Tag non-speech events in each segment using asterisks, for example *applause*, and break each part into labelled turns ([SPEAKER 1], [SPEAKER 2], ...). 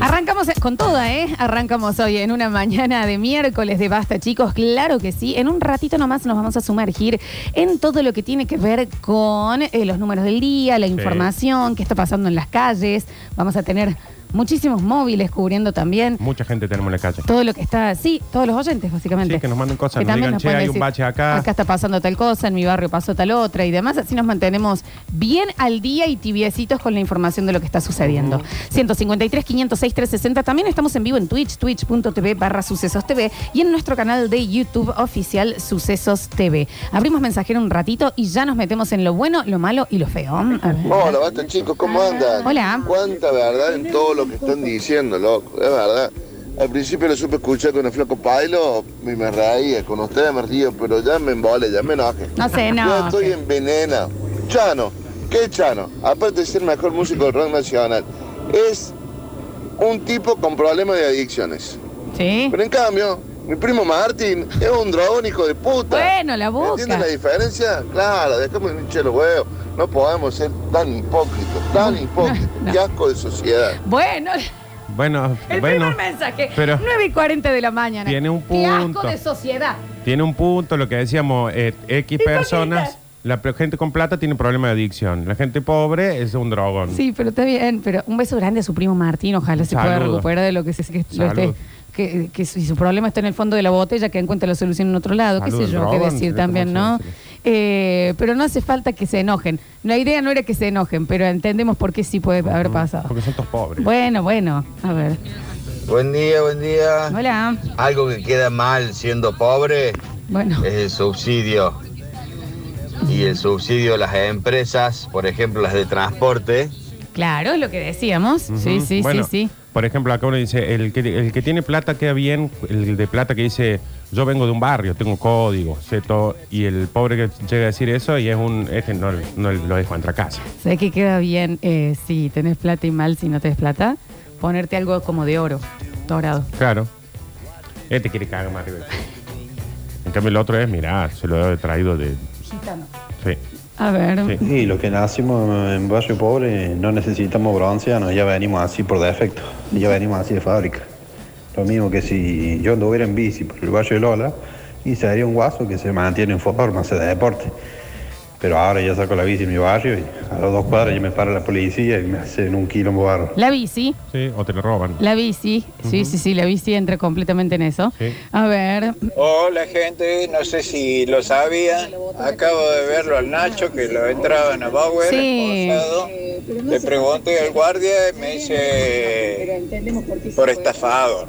[SPEAKER 1] Arrancamos con toda, ¿eh? Arrancamos hoy en una mañana de miércoles de basta, chicos. Claro que sí. En un ratito nomás nos vamos a sumergir en todo lo que tiene que ver con eh, los números del día, la información, qué está pasando en las calles. Vamos a tener muchísimos móviles cubriendo también
[SPEAKER 2] Mucha gente tenemos en la calle.
[SPEAKER 1] todo lo que está. Sí, todos los oyentes, básicamente.
[SPEAKER 2] Sí, que nos manden cosas,
[SPEAKER 1] Que
[SPEAKER 2] nos
[SPEAKER 1] también
[SPEAKER 2] digan,
[SPEAKER 1] nos
[SPEAKER 2] che,
[SPEAKER 1] pueden
[SPEAKER 2] hay un
[SPEAKER 1] decir,
[SPEAKER 2] bache acá.
[SPEAKER 1] Acá está pasando tal cosa, en mi barrio pasó tal otra y demás. Así nos mantenemos bien al día y tibiecitos con la información de lo que está sucediendo. 153, 506, 360. También estamos en vivo en Twitch, twitch.tv barra sucesos TV y en nuestro canal de YouTube oficial Sucesos TV. Abrimos mensajero un ratito y ya nos metemos en lo bueno, lo malo y lo feo. A ver.
[SPEAKER 3] Hola, basta chicos, ¿cómo andan?
[SPEAKER 1] Hola.
[SPEAKER 3] Cuánta verdad en todo lo que están diciendo, loco, es verdad. Al principio lo supe escuchar con el flaco Pailo y me reía, con ustedes me río, pero ya me embole, ya me enoje.
[SPEAKER 1] No sé, no.
[SPEAKER 3] Yo estoy envenena. Chano, ¿qué Chano? Aparte de ser el mejor músico del rock nacional, es un tipo con problemas de adicciones.
[SPEAKER 1] Sí.
[SPEAKER 3] Pero en cambio, mi primo Martín es un dragón hijo de puta.
[SPEAKER 1] Bueno, la boca.
[SPEAKER 3] ¿Entiendes la diferencia? Claro, déjame un hinche los huevos. No podemos ser tan hipócritas, tan hipócritas.
[SPEAKER 1] no.
[SPEAKER 3] Qué asco de sociedad.
[SPEAKER 1] Bueno,
[SPEAKER 2] Bueno,
[SPEAKER 1] el
[SPEAKER 2] bueno,
[SPEAKER 1] primer mensaje,
[SPEAKER 2] pero-
[SPEAKER 1] 9 y 40 de la mañana.
[SPEAKER 2] Tiene un
[SPEAKER 1] Qué asco
[SPEAKER 2] punto.
[SPEAKER 1] de sociedad.
[SPEAKER 2] tiene un punto lo que decíamos, eh, X personas, la pe- gente con plata tiene problema de adicción, la gente pobre es un drogón.
[SPEAKER 1] Sí, pero está bien. Pero un beso grande a su primo Martín. Ojalá se pueda
[SPEAKER 2] Saludo.
[SPEAKER 1] recuperar de lo que se que, lo
[SPEAKER 2] Salud.
[SPEAKER 1] esté- que, que si su problema está en el fondo de la botella, que encuentre la solución en otro lado.
[SPEAKER 2] Salud, este
[SPEAKER 1] ¿Qué sé yo? ¿Qué
[SPEAKER 2] drogan,
[SPEAKER 1] decir
[SPEAKER 2] ¿cómo
[SPEAKER 1] también,
[SPEAKER 2] se
[SPEAKER 1] no?
[SPEAKER 2] dice?
[SPEAKER 1] Eh, pero no hace falta que se enojen. La idea no era que se enojen, pero entendemos por qué sí puede haber pasado.
[SPEAKER 2] Porque son todos pobres.
[SPEAKER 1] Bueno, bueno. A ver.
[SPEAKER 4] Buen día, buen día.
[SPEAKER 1] Hola.
[SPEAKER 4] Algo que queda mal siendo pobre
[SPEAKER 1] Bueno.
[SPEAKER 4] es el subsidio. Y el subsidio de las empresas, por ejemplo las de transporte,
[SPEAKER 1] Claro, es lo que decíamos.
[SPEAKER 2] Ujú.
[SPEAKER 1] Sí, sí,
[SPEAKER 2] Bueno,
[SPEAKER 1] sí, sí.
[SPEAKER 2] Por ejemplo, acá uno dice, el que, el que tiene plata queda bien, el de plata que dice, yo vengo de un barrio, tengo código, sé todo, y el pobre que llega a decir eso y es un, este no, no lo dejo entrar a casa.
[SPEAKER 1] ¿Sabes qué queda bien eh, si tenés plata y mal si no tenés plata? Ponerte algo como de oro, dorado.
[SPEAKER 2] Claro. Este quiere cagar más arriba. En cambio el otro es, mirá, se lo he traído de... Sí.
[SPEAKER 1] A ver.
[SPEAKER 2] Sí.
[SPEAKER 5] Y los que nacimos en barrio pobre no necesitamos bronceanos, ya venimos así por defecto, ya venimos así de fábrica. Lo mismo que si yo anduviera en bici por el barrio de Lola y sería un guaso que se mantiene en forma, hace deporte. Pero ahora ya saco la bici en mi barrio y a las dos cuadras ya me para la policía y me hacen un quilombo barro.
[SPEAKER 1] La bici,
[SPEAKER 2] Sí, o te lo roban.
[SPEAKER 1] la bici. Sí, sí, sí, la bici entra completamente en eso.
[SPEAKER 2] Sí.
[SPEAKER 1] A ver.
[SPEAKER 6] Hola gente, no sé si lo sabía, acabo de verlo al Nacho que lo entraban a Bauer,
[SPEAKER 1] Sí.
[SPEAKER 6] esposado. le pregunté al guardia y me dice por estafador.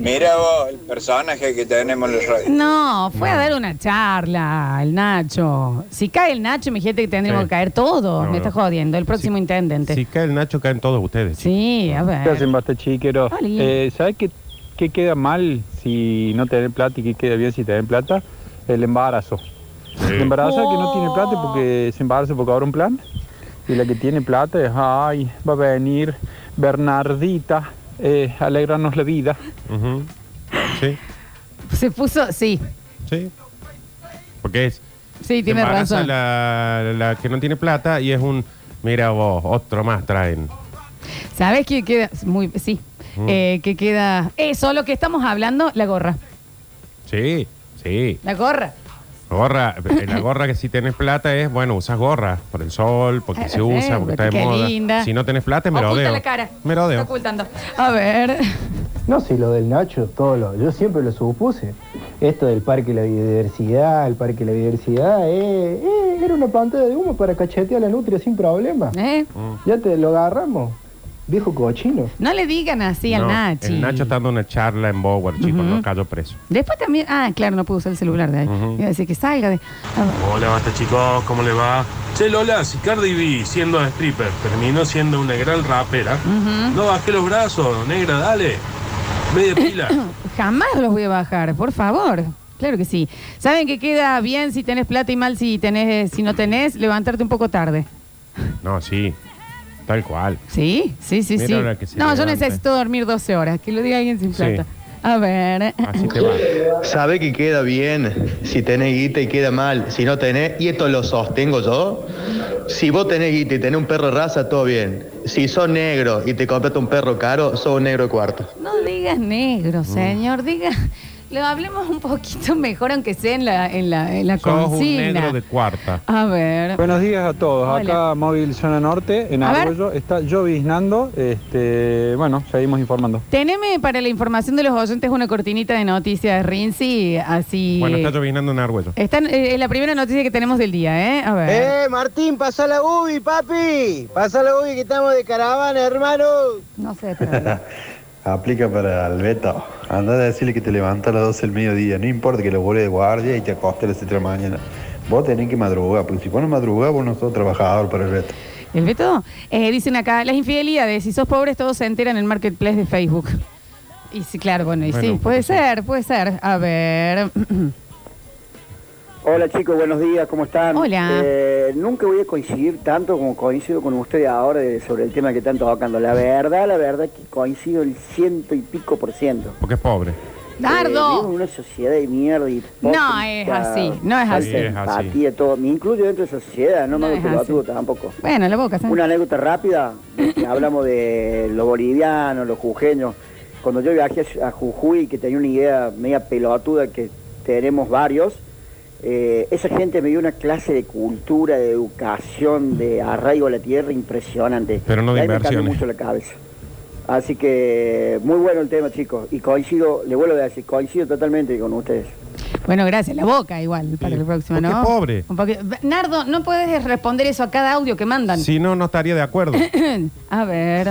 [SPEAKER 6] Mira vos el personaje que tenemos en los radios.
[SPEAKER 1] No, fue a dar una charla al Nacho. Si cae el Nacho, mi gente que tendremos
[SPEAKER 2] Sí.
[SPEAKER 1] que caer todos.
[SPEAKER 2] No,
[SPEAKER 1] Me
[SPEAKER 2] no.
[SPEAKER 1] está jodiendo, el próximo
[SPEAKER 2] Sí.
[SPEAKER 1] intendente.
[SPEAKER 2] Si
[SPEAKER 1] Sí,
[SPEAKER 2] cae el Nacho, caen todos ustedes.
[SPEAKER 1] a
[SPEAKER 7] ¿Qué hacen,
[SPEAKER 1] ver.
[SPEAKER 7] basta chiquero?
[SPEAKER 1] Oli.
[SPEAKER 7] Eh, ¿Sabes qué, qué queda mal si no tenés plata y qué queda bien si tenés plata? El embarazo.
[SPEAKER 2] Sí.
[SPEAKER 7] El embarazo que no tiene plata
[SPEAKER 1] Oh.
[SPEAKER 7] porque se embaraza porque ahora un plan. Y la que tiene plata es, ay, va a venir Bernardita, eh, alegranos la vida.
[SPEAKER 2] Ujú. Sí,
[SPEAKER 1] Se puso, sí,
[SPEAKER 2] sí. Porque es...
[SPEAKER 1] sí,
[SPEAKER 2] se
[SPEAKER 1] tiene
[SPEAKER 2] embaraza
[SPEAKER 1] razón.
[SPEAKER 2] La, la que no tiene plata y es un... Mira vos, otro más traen.
[SPEAKER 1] ¿Sabes qué queda? Muy, sí.
[SPEAKER 2] Mm.
[SPEAKER 1] Eh, que queda. Eso, lo que estamos hablando, la gorra.
[SPEAKER 2] Sí, sí.
[SPEAKER 1] La gorra.
[SPEAKER 2] Gorra, eh, la gorra que si tenés plata es, bueno, usas gorra por el sol, porque se
[SPEAKER 1] Eh,
[SPEAKER 2] usa, porque está de
[SPEAKER 1] qué
[SPEAKER 2] moda.
[SPEAKER 1] linda.
[SPEAKER 2] Si no tenés plata, es merodeo.
[SPEAKER 1] Oculta la cara.
[SPEAKER 2] Merodeo.
[SPEAKER 1] Está ocultando. A ver. *laughs*
[SPEAKER 8] No, si lo del Nacho, todo lo, yo siempre lo supuse. Esto del parque de la biodiversidad, el parque de la biodiversidad, eh, eh, era una pantalla de humo para cachetear a la nutria sin problema.
[SPEAKER 1] ¿Eh?
[SPEAKER 2] Mm.
[SPEAKER 8] Ya te lo agarramos, viejo cochino.
[SPEAKER 1] No le digan así al
[SPEAKER 2] No,
[SPEAKER 1] Nachi.
[SPEAKER 2] El Nacho está dando una charla en Bower, chicos, no cayó preso.
[SPEAKER 1] Después también. Ah, claro, no puedo usar el celular de ahí. Iba a decir que salga de. Ah, A ver.
[SPEAKER 9] Hola, basta chicos, ¿cómo le va? Che, Lola, si Cardi B, siendo stripper, terminó siendo una gran rapera, no bajé los brazos, negra, dale, media pila.
[SPEAKER 1] Jamás los voy a bajar, por favor. Claro que sí. ¿Saben que queda bien si tenés plata y mal si tenés, si no tenés? Levantarte un poco tarde.
[SPEAKER 2] *coughs* No, sí, tal cual.
[SPEAKER 1] Sí, sí, sí,
[SPEAKER 2] Mira
[SPEAKER 1] sí.
[SPEAKER 2] ahora que se
[SPEAKER 1] no, yo
[SPEAKER 2] levante.
[SPEAKER 1] necesito dormir 12 horas. Que lo diga alguien sin
[SPEAKER 2] Sí.
[SPEAKER 1] plata. A ver.
[SPEAKER 2] Así te va.
[SPEAKER 5] Sabe que queda bien si tenés guita y queda mal. Si no tenés, y esto lo sostengo yo. Si vos tenés guita y tenés un perro de raza, todo bien. Si sos negro y te compraste un perro caro, sos un negro de cuarto.
[SPEAKER 1] No digas
[SPEAKER 2] Mm.
[SPEAKER 1] negro, señor. Diga. Lo hablemos un poquito mejor, aunque sea en la, en la, en la
[SPEAKER 2] Sos un
[SPEAKER 1] consigna.
[SPEAKER 2] negro de cuarta.
[SPEAKER 1] A ver.
[SPEAKER 7] Buenos días a todos.
[SPEAKER 1] Hola.
[SPEAKER 7] Acá Móvil Zona Norte, en
[SPEAKER 1] A ver.
[SPEAKER 7] Arroyo, está lloviznando. Este, bueno, seguimos informando.
[SPEAKER 1] Teneme para la información de los oyentes una cortinita de noticias, Rinzi, así...
[SPEAKER 2] Bueno, está llovinando en Argüello.
[SPEAKER 1] Están, eh, es la primera noticia que tenemos del día, ¿eh? A ver.
[SPEAKER 10] Martín, pasa la ubi, papi. Pasa la ubi que estamos de caravana, hermano.
[SPEAKER 1] No sé, pero...
[SPEAKER 5] Aplica para el beta. Anda a decirle que te levanta a las 12 del mediodía. No importa que lo vuelve de guardia y te acostes a las 7 de la mañana. Vos tenés que madrugar, porque si vos no madrugás, vos no sos trabajador para el beta.
[SPEAKER 1] ¿El Beto? Eh, dicen acá, las infidelidades, si sos pobres todos se enteran en el marketplace de Facebook. Y sí, claro, bueno, y
[SPEAKER 2] Bueno,
[SPEAKER 1] sí,
[SPEAKER 2] un
[SPEAKER 1] puede
[SPEAKER 2] poco sí.
[SPEAKER 1] ser, puede ser. A ver... *clears throat*
[SPEAKER 10] Hola chicos, buenos días, ¿cómo están?
[SPEAKER 1] Hola.
[SPEAKER 10] Eh, nunca voy a coincidir tanto como coincido con ustedes ahora de- sobre el tema que están tocando. La verdad, la verdad que coincido el ciento y pico por ciento.
[SPEAKER 2] Porque es pobre.
[SPEAKER 10] Eh,
[SPEAKER 1] ¡Dardo!
[SPEAKER 10] vivimos en una sociedad de mierda y
[SPEAKER 1] No, es así, no es
[SPEAKER 2] así. Es así.
[SPEAKER 10] todo. Me incluyo dentro de esa sociedad, no,
[SPEAKER 1] No
[SPEAKER 10] me
[SPEAKER 1] es
[SPEAKER 10] hago
[SPEAKER 1] así.
[SPEAKER 10] pelotudo tampoco.
[SPEAKER 1] Bueno, la boca, ¿sabes?
[SPEAKER 10] Una anécdota rápida,
[SPEAKER 2] *laughs*
[SPEAKER 10] que hablamos de los bolivianos, los jujeños. Cuando yo viajé a Jujuy, que tenía una idea media pelotuda, que tenemos varios, eh, esa gente me dio una clase de cultura, de educación, de arraigo a la tierra impresionante.
[SPEAKER 2] Pero no de eh.
[SPEAKER 10] Y ahí me cambió
[SPEAKER 2] inversiones.
[SPEAKER 10] mucho la cabeza. Así que muy bueno el tema, chicos. Y coincido, le vuelvo a decir, coincido totalmente con ustedes.
[SPEAKER 1] Bueno, gracias. La boca igual para
[SPEAKER 2] Sí.
[SPEAKER 1] el próximo,
[SPEAKER 2] Porque
[SPEAKER 1] ¿no?
[SPEAKER 2] es pobre.
[SPEAKER 1] Un poqu- Nardo, no puedes responder eso a cada audio que mandan.
[SPEAKER 2] Si no, no estaría de
[SPEAKER 1] *laughs*
[SPEAKER 2] acuerdo.
[SPEAKER 1] A ver.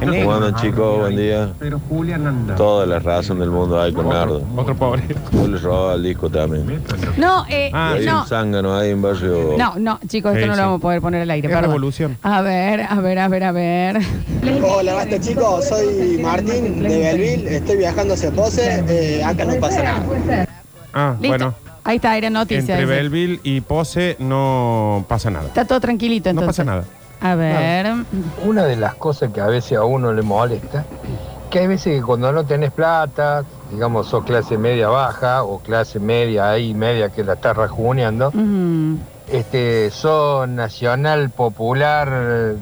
[SPEAKER 2] Es negro. Ah,
[SPEAKER 4] Bueno, chicos, buen día.
[SPEAKER 9] Pero Julián anda.
[SPEAKER 4] Toda la razón del mundo hay con Nardo.
[SPEAKER 2] Otro, otro pobre.
[SPEAKER 4] Yo le robaba el disco también.
[SPEAKER 1] No, eh,
[SPEAKER 2] Ah,
[SPEAKER 4] Hay
[SPEAKER 1] no.
[SPEAKER 4] un zángano ahí en barrio.
[SPEAKER 1] No, no, chicos, esto
[SPEAKER 2] Sí,
[SPEAKER 1] no
[SPEAKER 2] sí.
[SPEAKER 1] lo vamos a poder poner al aire.
[SPEAKER 2] Es
[SPEAKER 1] perdón.
[SPEAKER 2] revolución.
[SPEAKER 1] A ver, a ver, a ver, a ver.
[SPEAKER 10] Hola, basta chicos, soy Martín de Belville, estoy viajando hacia Pose, acá no pasa nada.
[SPEAKER 2] Ah,
[SPEAKER 1] Listo.
[SPEAKER 2] bueno.
[SPEAKER 1] Ahí está, era noticia.
[SPEAKER 2] Entre
[SPEAKER 1] dice.
[SPEAKER 2] Belleville y Pose no pasa nada.
[SPEAKER 1] Está todo tranquilito
[SPEAKER 2] No
[SPEAKER 1] entonces.
[SPEAKER 2] pasa nada.
[SPEAKER 1] A ver.
[SPEAKER 10] Una de las cosas que a veces a uno le molesta, que hay veces que cuando no tenés plata, digamos, sos clase media baja o clase media ahí, media que la estás rajuneando,
[SPEAKER 1] Mm.
[SPEAKER 10] este, sos nacional popular,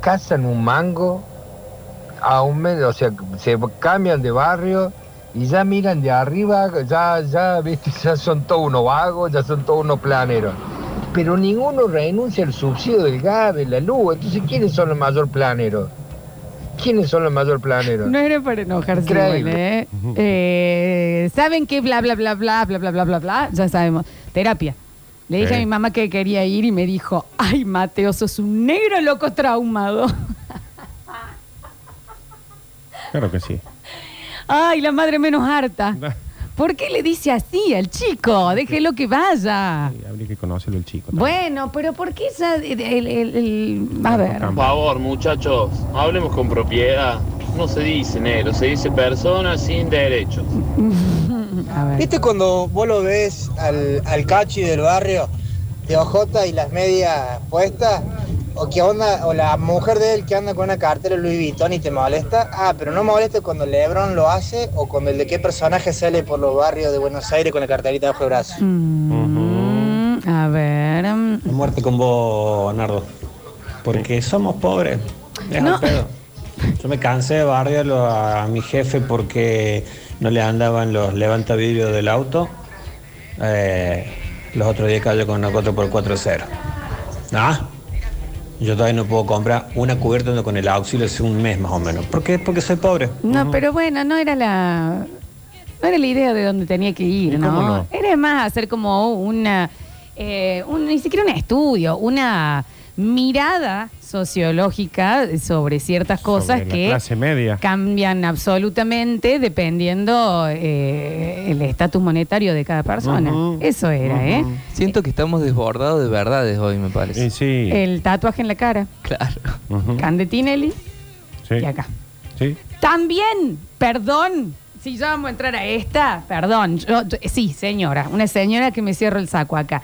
[SPEAKER 10] cazan un mango a un medio, o sea, se cambian de barrio y ya miran de arriba, ya, ya, viste, *laughs* ya son todos unos vagos, ya son todos unos planeros. Pero ninguno renuncia al subsidio del gas, de la luz, entonces ¿quiénes son los mayor planeros? ¿Quiénes son los mayor planeros?
[SPEAKER 1] No era para enojarse,
[SPEAKER 10] Increíble.
[SPEAKER 1] igual, ¿eh? Eh, ¿Saben qué? Bla, bla, bla, bla, bla, bla, bla, bla, bla. Ya sabemos. Terapia. Le dije
[SPEAKER 2] Sí.
[SPEAKER 1] a mi mamá que quería ir y me dijo, ay, Mateo, sos un negro loco traumado. *laughs*
[SPEAKER 2] Claro que sí. *laughs*
[SPEAKER 1] Ay, la madre menos harta.
[SPEAKER 2] Da-
[SPEAKER 1] ¿Por qué le dice así al chico? Déjelo que vaya.
[SPEAKER 2] sí, Habría que conocerlo el chico. también.
[SPEAKER 1] Bueno, pero ¿por qué ya el, el- el- el- A ver.
[SPEAKER 2] Campo.
[SPEAKER 11] favor, muchachos, hablemos con propiedad. No se dice negro, se dice persona sin derechos.
[SPEAKER 1] A ver.
[SPEAKER 10] ¿Viste cuando vos lo ves al, al cachi del barrio de Ojota y las medias puestas? O que onda, o la mujer de él que anda con una cartera Louis Vuitton y te molesta. Ah, pero no molesta cuando Lebron lo hace o cuando el de qué personaje sale por los barrios de Buenos Aires con la carterita bajo el brazo.
[SPEAKER 1] Mm, A ver. mm.
[SPEAKER 10] Muerte con vos, Nardo. Porque somos pobres. Es
[SPEAKER 1] No.
[SPEAKER 10] al pedo. Yo me cansé de barriarlo a, a mi jefe porque no le andaban los levanta vidrio del auto. Eh, los otros días cayó con una 4x4-0. ¿Ah? Yo todavía no puedo comprar una cubierta con el auxilio hace un mes más o menos. ¿Por qué? Porque soy pobre.
[SPEAKER 1] No, pero bueno, no era la. No era la idea de dónde tenía que ir,
[SPEAKER 2] ¿Y
[SPEAKER 1] ¿no?
[SPEAKER 2] cómo no?
[SPEAKER 1] Era más hacer como una. eh, un- ni siquiera un estudio, una mirada sociológica sobre ciertas cosas
[SPEAKER 2] Sobre la
[SPEAKER 1] que
[SPEAKER 2] clase media.
[SPEAKER 1] cambian absolutamente dependiendo eh, el estatus monetario de cada persona.
[SPEAKER 2] Ujú.
[SPEAKER 1] Eso era, ¿eh?
[SPEAKER 10] Siento que estamos desbordados de verdades hoy, me parece.
[SPEAKER 2] Y sí.
[SPEAKER 1] El tatuaje en la cara,
[SPEAKER 10] Claro.
[SPEAKER 2] Ujú.
[SPEAKER 1] Candetinelli
[SPEAKER 2] Sí.
[SPEAKER 1] y acá.
[SPEAKER 2] Sí.
[SPEAKER 1] También, perdón, si ya vamos a entrar a esta, perdón, yo- yo- eh, sí, señora, una señora que me cierro el saco acá.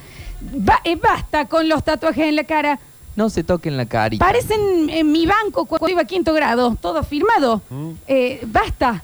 [SPEAKER 1] Ba- eh, basta con los tatuajes en la cara.
[SPEAKER 10] No se toquen la carita.
[SPEAKER 1] Parecen en mi banco cuando iba a quinto grado, todo firmado. Eh, basta.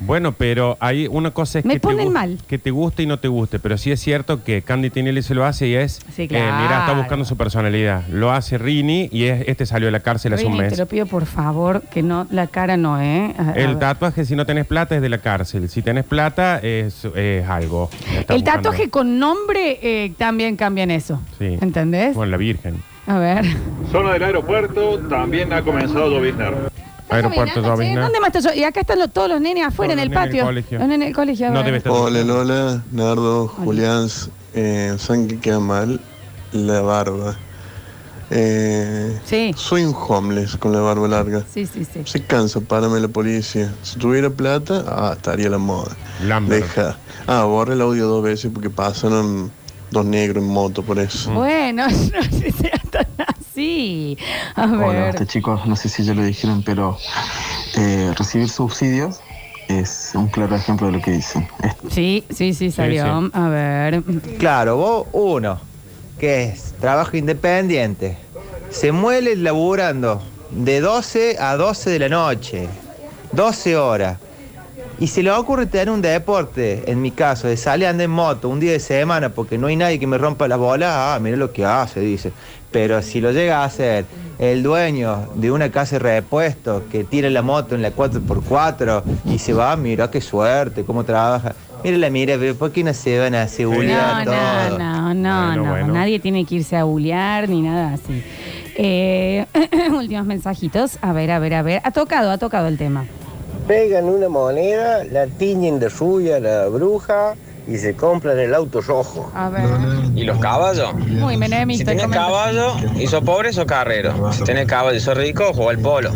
[SPEAKER 2] Bueno, pero hay una cosa es
[SPEAKER 1] Me
[SPEAKER 2] que, te
[SPEAKER 1] ponen
[SPEAKER 2] gu-
[SPEAKER 1] mal.
[SPEAKER 2] que te guste y no te guste, pero sí es cierto que Candy Tinelli se lo hace y es,
[SPEAKER 1] Sí, claro.
[SPEAKER 2] mira, está buscando su personalidad. Lo hace Rini y es, este salió de la cárcel hace un
[SPEAKER 1] Rini, te
[SPEAKER 2] mes.
[SPEAKER 1] lo pido por favor, que no, la cara no, ¿eh? A- a
[SPEAKER 2] El
[SPEAKER 1] ver.
[SPEAKER 2] tatuaje, si no tenés plata, es de la cárcel. Si tenés plata, es, es algo. Estás
[SPEAKER 1] El
[SPEAKER 2] buscando-
[SPEAKER 1] tatuaje con nombre eh, también cambian eso.
[SPEAKER 2] Sí.
[SPEAKER 1] ¿Entendés?
[SPEAKER 2] Bueno, la Virgen.
[SPEAKER 1] A ver.
[SPEAKER 12] Zona del aeropuerto también ha comenzado a llovinar.
[SPEAKER 2] Aeropuerto Robina.
[SPEAKER 1] Ah, ¿Dónde más está yo? Y acá están los- todos los nenes afuera en
[SPEAKER 2] Todos
[SPEAKER 1] el
[SPEAKER 2] los nenes
[SPEAKER 1] patio.
[SPEAKER 2] del colegio.
[SPEAKER 1] Los nenes del colegio. a ver.
[SPEAKER 13] Hola Lola, Nardo, Julián, eh, ¿saben qué queda mal? La barba. Eh, Soy un homeless con la barba larga.
[SPEAKER 1] Sí, sí, sí.
[SPEAKER 13] Se cansa, párame la policía. Si tuviera plata, ah, estaría la moda. Deja. Ah, borra el audio dos veces porque pasaron dos negros en moto por eso.
[SPEAKER 1] Bueno, *laughs* no sé si era tan así. A
[SPEAKER 14] Hola,
[SPEAKER 1] ver.
[SPEAKER 14] basta, chicos, no sé si ya lo dijeron, pero eh, recibir subsidios es un claro ejemplo de lo que dicen. Es
[SPEAKER 1] Sí, sí, sí, salió.
[SPEAKER 14] sí.
[SPEAKER 1] A ver.
[SPEAKER 15] Claro, vos uno, que es trabajo independiente, se muele laburando de 12 a 12 de la noche, 12 horas, y se le ocurre tener un deporte, en mi caso, de salir a andar en moto un día de semana porque no hay nadie que me rompa las bolas, ah, mira lo que hace, dice. Pero si lo llega a hacer el dueño de una casa de repuesto que tira la moto en la 4x4 y se va, mira qué suerte, cómo trabaja. Mira la mira, pero ¿por qué no se van a
[SPEAKER 1] No,
[SPEAKER 15] seguridad
[SPEAKER 1] no, no, no,
[SPEAKER 15] Bueno,
[SPEAKER 1] no.
[SPEAKER 15] bueno.
[SPEAKER 1] Nadie tiene que irse a bulear ni nada así. Eh, *clears throat* últimos mensajitos. A ver, a ver, a ver. Ha tocado, ha tocado el tema.
[SPEAKER 16] Pegan una moneda, la tiñen de suya la bruja y se compran el auto rojo.
[SPEAKER 1] A ver.
[SPEAKER 17] ¿Y los caballos?
[SPEAKER 1] Muy
[SPEAKER 17] Si
[SPEAKER 1] menemista. el
[SPEAKER 17] tenés
[SPEAKER 1] comentario.
[SPEAKER 17] caballo y sos pobre, sos carrero. Si tenés caballo y sos rico, juega al polo.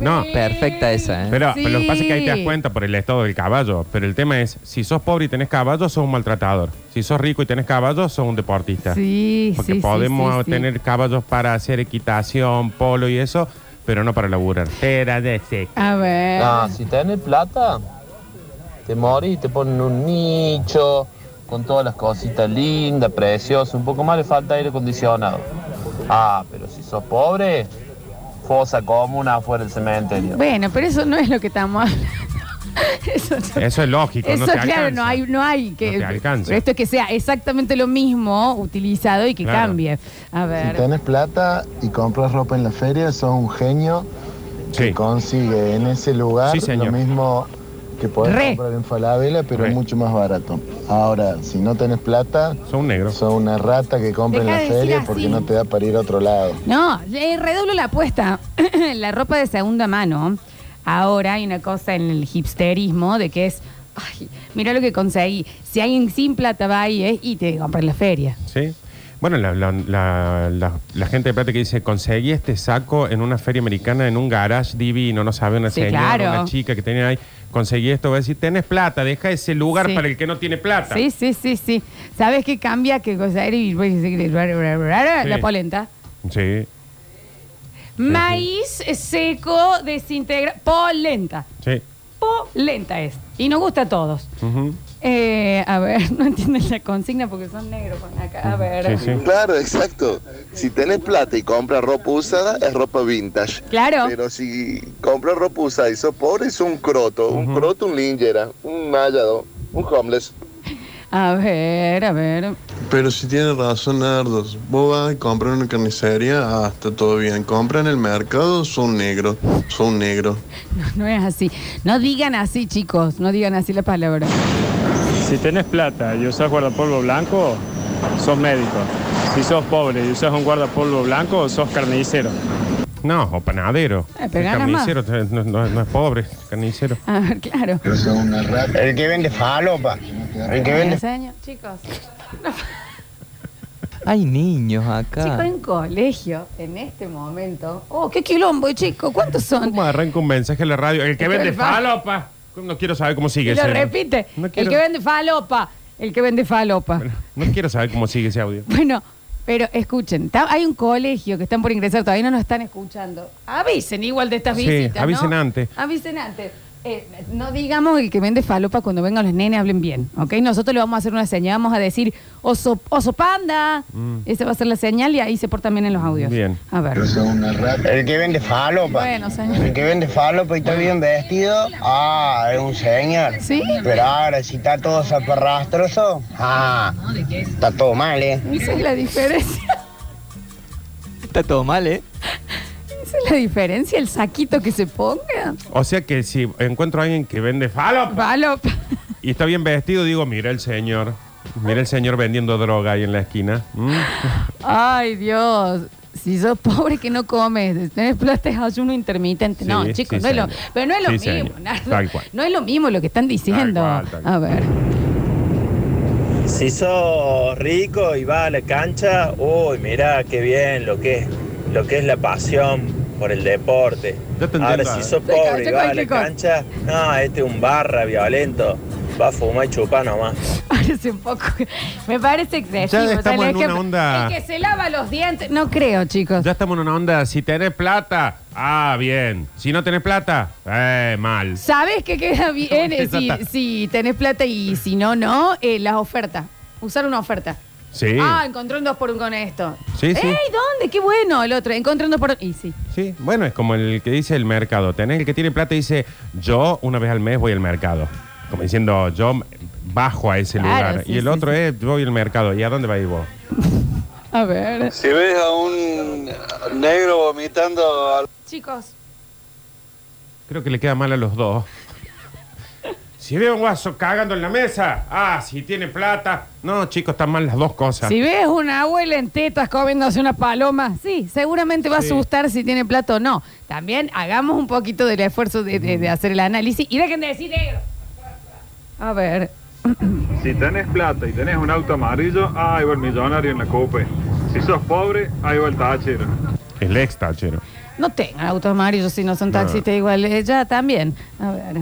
[SPEAKER 2] No.
[SPEAKER 18] Perfecta esa, ¿eh?
[SPEAKER 2] Pero, pero lo que pasa es que ahí te das
[SPEAKER 18] Sí.
[SPEAKER 2] cuenta por el estado del caballo. Pero el tema es, si sos pobre y tenés caballo, sos un maltratador. Si sos rico y tenés caballo, sos un deportista.
[SPEAKER 1] Sí,
[SPEAKER 2] Porque
[SPEAKER 1] sí, sí,
[SPEAKER 2] podemos
[SPEAKER 1] sí, sí.
[SPEAKER 2] tener caballos para hacer equitación, polo y eso, pero no para laburar. Era de ese.
[SPEAKER 1] A ver.
[SPEAKER 19] Ah, si tenés plata, te morís y te ponen un nicho con todas las cositas lindas, preciosas. Un poco más le falta aire acondicionado. Ah, pero si sos pobre, fosa común afuera del cementerio.
[SPEAKER 1] Bueno, pero eso no es lo que estamos *laughs* hablando. Eso, no-
[SPEAKER 2] Eso es lógico,
[SPEAKER 1] eso
[SPEAKER 2] no te
[SPEAKER 1] claro,
[SPEAKER 2] alcanza.
[SPEAKER 1] no hay, no hay que.
[SPEAKER 2] No te alcanza.
[SPEAKER 1] pero esto es que sea exactamente lo mismo utilizado y que
[SPEAKER 20] Claro.
[SPEAKER 1] cambie. A
[SPEAKER 20] Si
[SPEAKER 1] ver.
[SPEAKER 20] tenés plata y compras ropa en la feria, sos un genio que consigue en ese lugar
[SPEAKER 2] Sí, señor.
[SPEAKER 20] lo mismo que podés
[SPEAKER 1] Re.
[SPEAKER 20] comprar en Falabella, pero es mucho más barato. Ahora, si no tenés plata,
[SPEAKER 2] sos un negro.
[SPEAKER 20] Sos una rata que compra
[SPEAKER 1] Dejá
[SPEAKER 20] en
[SPEAKER 1] de
[SPEAKER 20] la
[SPEAKER 1] decir
[SPEAKER 20] feria
[SPEAKER 1] así.
[SPEAKER 20] porque no te da para ir a otro lado.
[SPEAKER 1] No, le redoblo la apuesta. la ropa de segunda mano. Ahora hay una cosa en el hipsterismo de que es. Ay, mira lo que conseguí. Si alguien sin plata va ahí eh, y te compra en la feria.
[SPEAKER 2] Sí. Bueno, la, la- la- la- la gente de plata que dice, conseguí este saco en una feria americana, en un garage divino, no sabe, una
[SPEAKER 1] Sí,
[SPEAKER 2] señora,
[SPEAKER 1] claro.
[SPEAKER 2] una chica que tenía ahí, conseguí esto, va a decir, tenés plata, deja ese lugar para el que no tiene plata.
[SPEAKER 1] Sí, sí, sí, sí. ¿Sabes qué cambia? Que cosa era y- la
[SPEAKER 2] Sí.
[SPEAKER 1] polenta.
[SPEAKER 2] Sí,
[SPEAKER 1] Maíz seco desintegra. Polenta.
[SPEAKER 2] sí.
[SPEAKER 1] Polenta es. Y nos gusta a todos.
[SPEAKER 2] Ujú.
[SPEAKER 1] Eh, a ver, *laughs* no entienden la consigna porque son negros con acá. A ver.
[SPEAKER 3] Claro, exacto. Si tenés plata y compras ropa usada, es ropa vintage.
[SPEAKER 1] Claro.
[SPEAKER 3] Pero si compras ropa usada y sos pobre, es un croto. Un croto, un lingera, un mallado, un homeless.
[SPEAKER 1] A ver, a ver.
[SPEAKER 13] Pero si tienes razón, Nardos. Vos vas y compras en una carnicería, ah, está todo bien. Compra en el mercado, son negro, son negro.
[SPEAKER 1] No, *laughs* no es así. No digan así, chicos. No digan así la palabra.
[SPEAKER 21] Si tenés plata y usás guardapolvo blanco, sos médico. Si sos pobre y usás un guardapolvo blanco, sos carnicero.
[SPEAKER 2] No, o panadero.
[SPEAKER 1] Eh,
[SPEAKER 2] El
[SPEAKER 1] pero gana más.
[SPEAKER 2] carnicero eh, no, no- no es pobre, carnicero.
[SPEAKER 1] A ver, Ah, *laughs* claro.
[SPEAKER 16] El que vende falopa. El que vende
[SPEAKER 1] Enseño, chicos.
[SPEAKER 18] Hay niños
[SPEAKER 1] Chicos
[SPEAKER 18] acá.
[SPEAKER 1] en colegio, en este momento. Oh, qué quilombo, chicos. ¿Cuántos son?
[SPEAKER 2] ¿Cómo arranca un mensaje en la radio? El que
[SPEAKER 1] El que *laughs*
[SPEAKER 2] vende
[SPEAKER 1] vende fa-
[SPEAKER 2] falopa. No quiero saber cómo sigue
[SPEAKER 1] Y lo
[SPEAKER 2] ese.
[SPEAKER 1] repite.
[SPEAKER 2] No
[SPEAKER 1] el
[SPEAKER 2] quiero,
[SPEAKER 1] que vende falopa. El que vende falopa.
[SPEAKER 2] no quiero saber cómo sigue ese audio.
[SPEAKER 1] *laughs* Bueno, pero escuchen, ta- hay un colegio que están por ingresar, todavía no nos están escuchando. Avisen igual de estas
[SPEAKER 2] Sí,
[SPEAKER 1] visitas. ¿no?
[SPEAKER 2] avisen antes.
[SPEAKER 1] Avisen antes. Eh, no digamos el que vende falopa cuando vengan los nenes hablen bien, ¿ok? Nosotros le vamos a hacer una señal, vamos a decir oso, oso panda.
[SPEAKER 2] Mm.
[SPEAKER 1] Esa va a ser la señal y ahí se portan bien en los audios.
[SPEAKER 2] Bien.
[SPEAKER 1] A ver.
[SPEAKER 16] El que vende falopa.
[SPEAKER 1] Bueno, señor.
[SPEAKER 16] El que vende falopa y está bien vestido, ah, es un señor.
[SPEAKER 1] Sí.
[SPEAKER 16] Pero ahora, si está todo zaparrastroso, ah, está todo mal, ¿eh?
[SPEAKER 1] Esa es la diferencia. *laughs*
[SPEAKER 18] Está todo mal, ¿eh?
[SPEAKER 1] Esa es la diferencia, el saquito que se ponga.
[SPEAKER 2] O sea que si encuentro a alguien que vende falopa
[SPEAKER 1] Falopa.
[SPEAKER 2] y está bien vestido, digo, mira el señor. Mira el señor vendiendo droga ahí en la esquina. Mm.
[SPEAKER 1] Ay, Dios. Si sos pobre que no comes, tenés plata es ayuno intermitente. no,
[SPEAKER 2] Sí,
[SPEAKER 1] chicos,
[SPEAKER 2] sí,
[SPEAKER 1] no, es lo,
[SPEAKER 2] señor.
[SPEAKER 1] pero no es lo
[SPEAKER 2] Sí,
[SPEAKER 1] mismo.
[SPEAKER 2] señor.
[SPEAKER 1] Nardo.
[SPEAKER 2] Tal cual.
[SPEAKER 1] No es lo mismo lo que están diciendo.
[SPEAKER 2] Tal cual, tal
[SPEAKER 1] A ver. *laughs*
[SPEAKER 6] Si sos rico y vas a la cancha, uy, mirá qué bien lo que es, lo que es la pasión por el deporte. Ahora, si sos
[SPEAKER 1] Te
[SPEAKER 6] pobre y
[SPEAKER 1] cayó
[SPEAKER 6] vas a la
[SPEAKER 1] cualquier cosa.
[SPEAKER 6] cancha, no, este es un barra violento. Va a fumar y chupar nomás.
[SPEAKER 1] Parece un poco. Me parece excesivo.
[SPEAKER 2] Ya estamos
[SPEAKER 1] O sea, el
[SPEAKER 2] en una
[SPEAKER 1] ejemplo-
[SPEAKER 2] onda-
[SPEAKER 1] El que se lava los dientes. No creo, chicos.
[SPEAKER 2] Ya estamos en una onda. Si tenés plata, ah, bien. Si no tenés plata, eh, mal.
[SPEAKER 1] ¿Sabes qué
[SPEAKER 2] *laughs*
[SPEAKER 1] queda bien eh,
[SPEAKER 2] Ya
[SPEAKER 1] si,
[SPEAKER 2] está.
[SPEAKER 1] si tenés plata y si no, no? Eh, las ofertas. Usar una oferta.
[SPEAKER 2] Sí.
[SPEAKER 1] Ah, encontré un 2x1 con esto.
[SPEAKER 2] Sí, sí.
[SPEAKER 1] ¡Ey, dónde! ¡Qué bueno! El otro. Encontré un 2x1. Y sí.
[SPEAKER 2] Sí, bueno, es como el que dice el mercado. Tenés el que tiene plata y dice, yo una vez al mes voy al mercado. Como diciendo, yo bajo a ese
[SPEAKER 1] Claro,
[SPEAKER 2] lugar.
[SPEAKER 1] sí,
[SPEAKER 2] y el
[SPEAKER 1] sí,
[SPEAKER 2] otro es, yo voy al mercado. ¿Y a dónde va a ir vos?
[SPEAKER 1] A ver.
[SPEAKER 22] Si ves a un negro vomitando al...
[SPEAKER 1] Chicos.
[SPEAKER 2] Creo que le queda mal a los dos. Si veo un guaso cagando en la mesa, ah, si tiene plata. No, chicos, están mal las dos cosas.
[SPEAKER 1] Si ves una abuela en tetas comiéndose una paloma, sí, seguramente va
[SPEAKER 2] Sí.
[SPEAKER 1] a asustar si tiene plato o no. También hagamos un poquito del esfuerzo de, de- de hacer el análisis y dejen de decir negro. A ver.
[SPEAKER 12] Si tenés plata y tenés un auto amarillo, ah, ahí va el millonario en la cope. Si sos pobre, ahí va el tachero.
[SPEAKER 2] El ex tachero.
[SPEAKER 1] No tengan autos amarillos si no son
[SPEAKER 3] No.
[SPEAKER 1] taxistas igual. Ella también. A ver.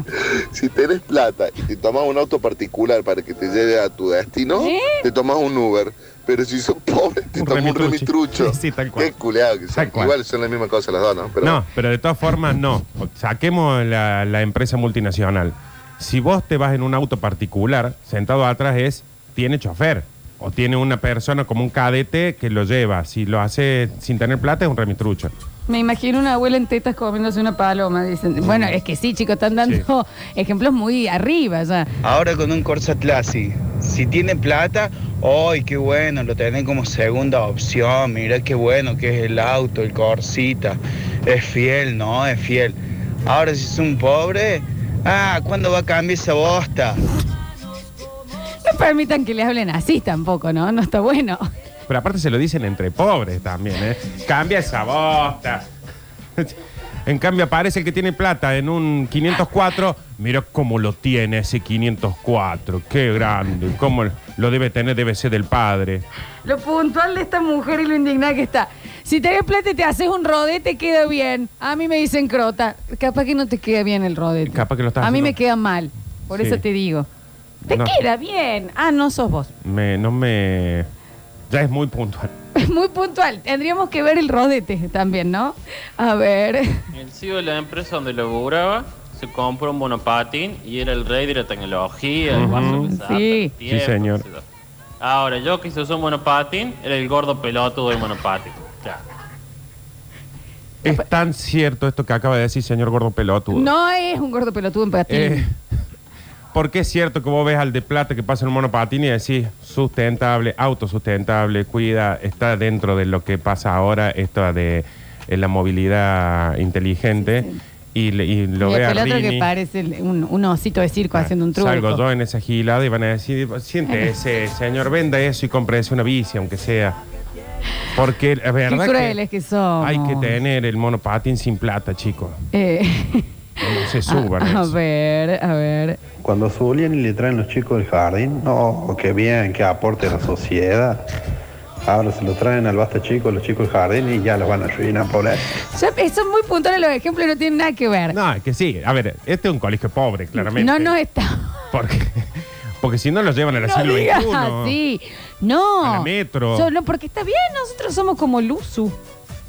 [SPEAKER 3] Si tenés plata y te tomas un auto particular para que te lleve a tu destino,
[SPEAKER 1] ¿Eh?
[SPEAKER 3] te tomas un Uber. Pero si sos pobre, te tomas un remitrucho.
[SPEAKER 2] Sí, tal cual.
[SPEAKER 3] Qué culeado que son.
[SPEAKER 2] cual.
[SPEAKER 3] Igual son la misma cosa las dos, ¿no? Pero
[SPEAKER 2] No, pero de todas formas, no. Saquemos la, la empresa multinacional. Si vos te vas en un auto particular, sentado atrás es, tiene chofer. O tiene una persona como un cadete que lo lleva. Si lo hace sin tener plata, es un remitrucho.
[SPEAKER 1] Me imagino una abuela en tetas comiéndose una paloma. Dicen. Bueno, es que sí, chicos, están dando *laughs* ejemplos muy arriba ya.
[SPEAKER 23] Ahora con un Corsa Classic, si tiene plata, ¡ay, qué bueno! Lo tienen como segunda opción, mira qué bueno que es el auto, el Corsita. Es fiel, ¿no? Es fiel. Ahora si es un pobre, ¡ah! ¿Cuándo va a cambiar esa bosta?
[SPEAKER 1] No permitan que le hablen así tampoco, ¿no? No está bueno.
[SPEAKER 2] Pero aparte se lo dicen entre pobres también, ¿eh? Cambia esa bosta. *laughs* En cambio aparece el que tiene plata en un 504. Mira cómo lo tiene ese 504. Qué grande. Cómo lo debe tener, debe ser del padre.
[SPEAKER 1] Lo puntual de esta mujer y lo indignada que está. Si tenés plata y te haces un rodete, queda bien. A mí me dicen crota. Capaz que no te queda bien el rodete.
[SPEAKER 2] Capaz que lo estás
[SPEAKER 1] A mí
[SPEAKER 2] haciendo-
[SPEAKER 1] me queda mal. Por
[SPEAKER 2] Sí.
[SPEAKER 1] eso te digo. Te
[SPEAKER 2] No.
[SPEAKER 1] queda bien. Ah, no sos vos. *laughs*
[SPEAKER 2] Me- no me... Ya es muy puntual.
[SPEAKER 1] Es muy puntual. Tendríamos que ver el rodete también, ¿no? A ver.
[SPEAKER 11] El CEO de la empresa donde laburaba se compró un monopatín y era el rey de la tecnología. el guaso que se adapta
[SPEAKER 1] Sí.
[SPEAKER 11] al
[SPEAKER 1] Sí,
[SPEAKER 11] tiempo,
[SPEAKER 2] señor.
[SPEAKER 11] qué sé yo. Ahora, yo que se usó un monopatín, era el gordo pelotudo del monopatín. Claro.
[SPEAKER 2] Es tan cierto esto que acaba de decir señor Gordo Pelotudo.
[SPEAKER 1] No es un gordo pelotudo en patín.
[SPEAKER 2] *laughs* Eh, porque es cierto que vos ves al de plata que pasa en un monopatín y decís sustentable, autosustentable, cuida, está dentro de lo que pasa ahora, esto de eh, la movilidad inteligente. Y, le- y lo
[SPEAKER 1] Y
[SPEAKER 2] ve a
[SPEAKER 1] el otro que
[SPEAKER 2] Rini. Ah,
[SPEAKER 1] parece el- un, un osito de circo haciendo un truco.
[SPEAKER 2] Salgo yo en esa gilada y van a decir, siente ese señor, venda eso y cómprese una bici, aunque sea. Porque la
[SPEAKER 1] Qué
[SPEAKER 2] verdad que
[SPEAKER 1] crueles que, son.
[SPEAKER 2] hay que tener el monopatín sin plata, chicos. No se suban.
[SPEAKER 1] Eh, *laughs* Ah, a
[SPEAKER 2] a eso.
[SPEAKER 1] ver, a ver.
[SPEAKER 5] Cuando Zulian y le traen los chicos del jardín, no, qué bien, qué aporte a la sociedad. Ahora se lo traen al basta chico, los chicos del jardín y ya los van a arruinar, pobre.
[SPEAKER 1] Ya, eh, son muy puntuales los ejemplos, no tienen nada que ver.
[SPEAKER 2] No, es que sí. A ver, este es un colegio pobre, claramente.
[SPEAKER 1] No, no está.
[SPEAKER 2] *laughs* Porque, porque si no los llevan al
[SPEAKER 1] No
[SPEAKER 2] siglo
[SPEAKER 1] digas
[SPEAKER 2] XXI.
[SPEAKER 1] así. No.
[SPEAKER 2] A la metro.
[SPEAKER 1] Yo, no, porque está bien, nosotros somos como Luzu.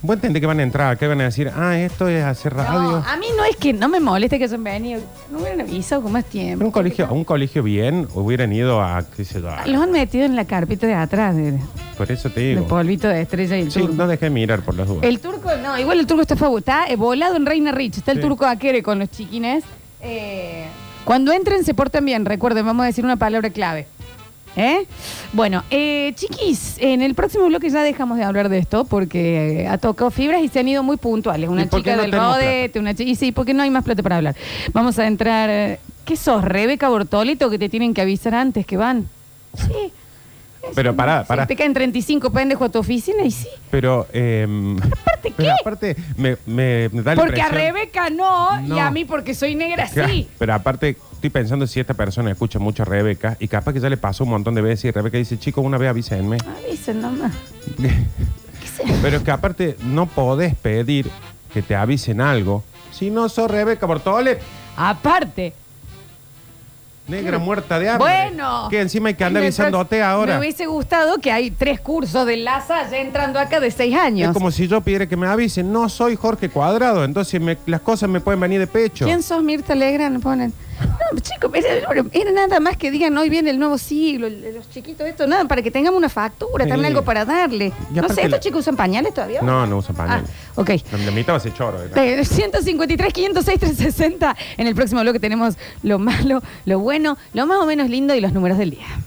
[SPEAKER 2] Vos entendés que van a entrar, que van a decir, ah, esto es hacer radio.
[SPEAKER 1] A mí no ah, es que no me moleste que hayan venido. No hubieran avisado con más tiempo.
[SPEAKER 2] Pero un colegio, a un colegio bien hubieran ido a, qué sé yo, a-
[SPEAKER 1] Los han metido en la carpeta de atrás, de,
[SPEAKER 2] por eso te
[SPEAKER 1] de
[SPEAKER 2] digo.
[SPEAKER 1] polvito de estrella y el
[SPEAKER 2] Sí,
[SPEAKER 1] turco.
[SPEAKER 2] no dejé de mirar por las dudas.
[SPEAKER 1] El turco, no, igual el turco está, fabu- está eh, volado en Reina Rich. Está el
[SPEAKER 2] Sí.
[SPEAKER 1] turco Aquere con los chiquines. Eh, cuando entren, se portan bien. Recuerden, vamos a decir una palabra clave. ¿Eh? Bueno, eh, chiquis, en el próximo bloque ya dejamos de hablar de esto porque eh, ha tocado fibras y se han ido muy puntuales. Una
[SPEAKER 2] ¿Y por qué
[SPEAKER 1] chica
[SPEAKER 2] no
[SPEAKER 1] del
[SPEAKER 2] tenemos
[SPEAKER 1] rodete, una chica. Y sí, porque no hay más plata para hablar. Vamos a entrar. eh, ¿Qué sos, Rebeca Bortolito, que te tienen que avisar antes que van? Sí.
[SPEAKER 2] Pero pará, pará.
[SPEAKER 1] Te caen 35 pendejos a tu oficina y sí.
[SPEAKER 2] Pero, em, pero aparte, me, me- me da la
[SPEAKER 1] Porque a
[SPEAKER 2] impresión-
[SPEAKER 1] Rebeca no, y
[SPEAKER 2] No.
[SPEAKER 1] a mí porque soy negra
[SPEAKER 2] Claro,
[SPEAKER 1] sí.
[SPEAKER 2] Pero aparte, estoy pensando si esta persona escucha mucho a Rebeca y capaz que ya le pasó un montón de veces y Rebeca dice, chicos, una vez avísenme.
[SPEAKER 1] Dicen nomás.
[SPEAKER 2] Pero es que aparte, no podés pedir que te avisen algo si no sos Rebeca Bortole,
[SPEAKER 1] Aparte.
[SPEAKER 2] negra muerta de hambre.
[SPEAKER 1] Mm. Bueno.
[SPEAKER 2] Que encima hay que andar
[SPEAKER 1] Me-
[SPEAKER 2] avisándote ahora.
[SPEAKER 1] Me hubiese gustado que hay tres cursos de Laza ya entrando acá de seis años.
[SPEAKER 2] Es como si yo pidiera que me avisen, no soy Jorge Cuadrado, entonces me- las cosas me pueden venir de pecho.
[SPEAKER 1] ¿Quién sos Mirta Legrand? Ponen. No, chicos, era, era nada más que digan hoy viene el nuevo siglo, el- los chiquitos, esto, nada, para que tengamos una factura,
[SPEAKER 2] Sí.
[SPEAKER 1] también algo para darle.
[SPEAKER 2] Y
[SPEAKER 1] No
[SPEAKER 2] aparte
[SPEAKER 1] sé, ¿estos
[SPEAKER 2] la-
[SPEAKER 1] chicos usan pañales todavía?
[SPEAKER 2] No, no usa pañales.
[SPEAKER 1] Ah, ok.
[SPEAKER 2] La, la mitad va a ser choro. ¿verdad?
[SPEAKER 1] Te- 153, 506, 360. En el próximo bloque tenemos lo malo, lo bueno, lo más o menos lindo y los números del día.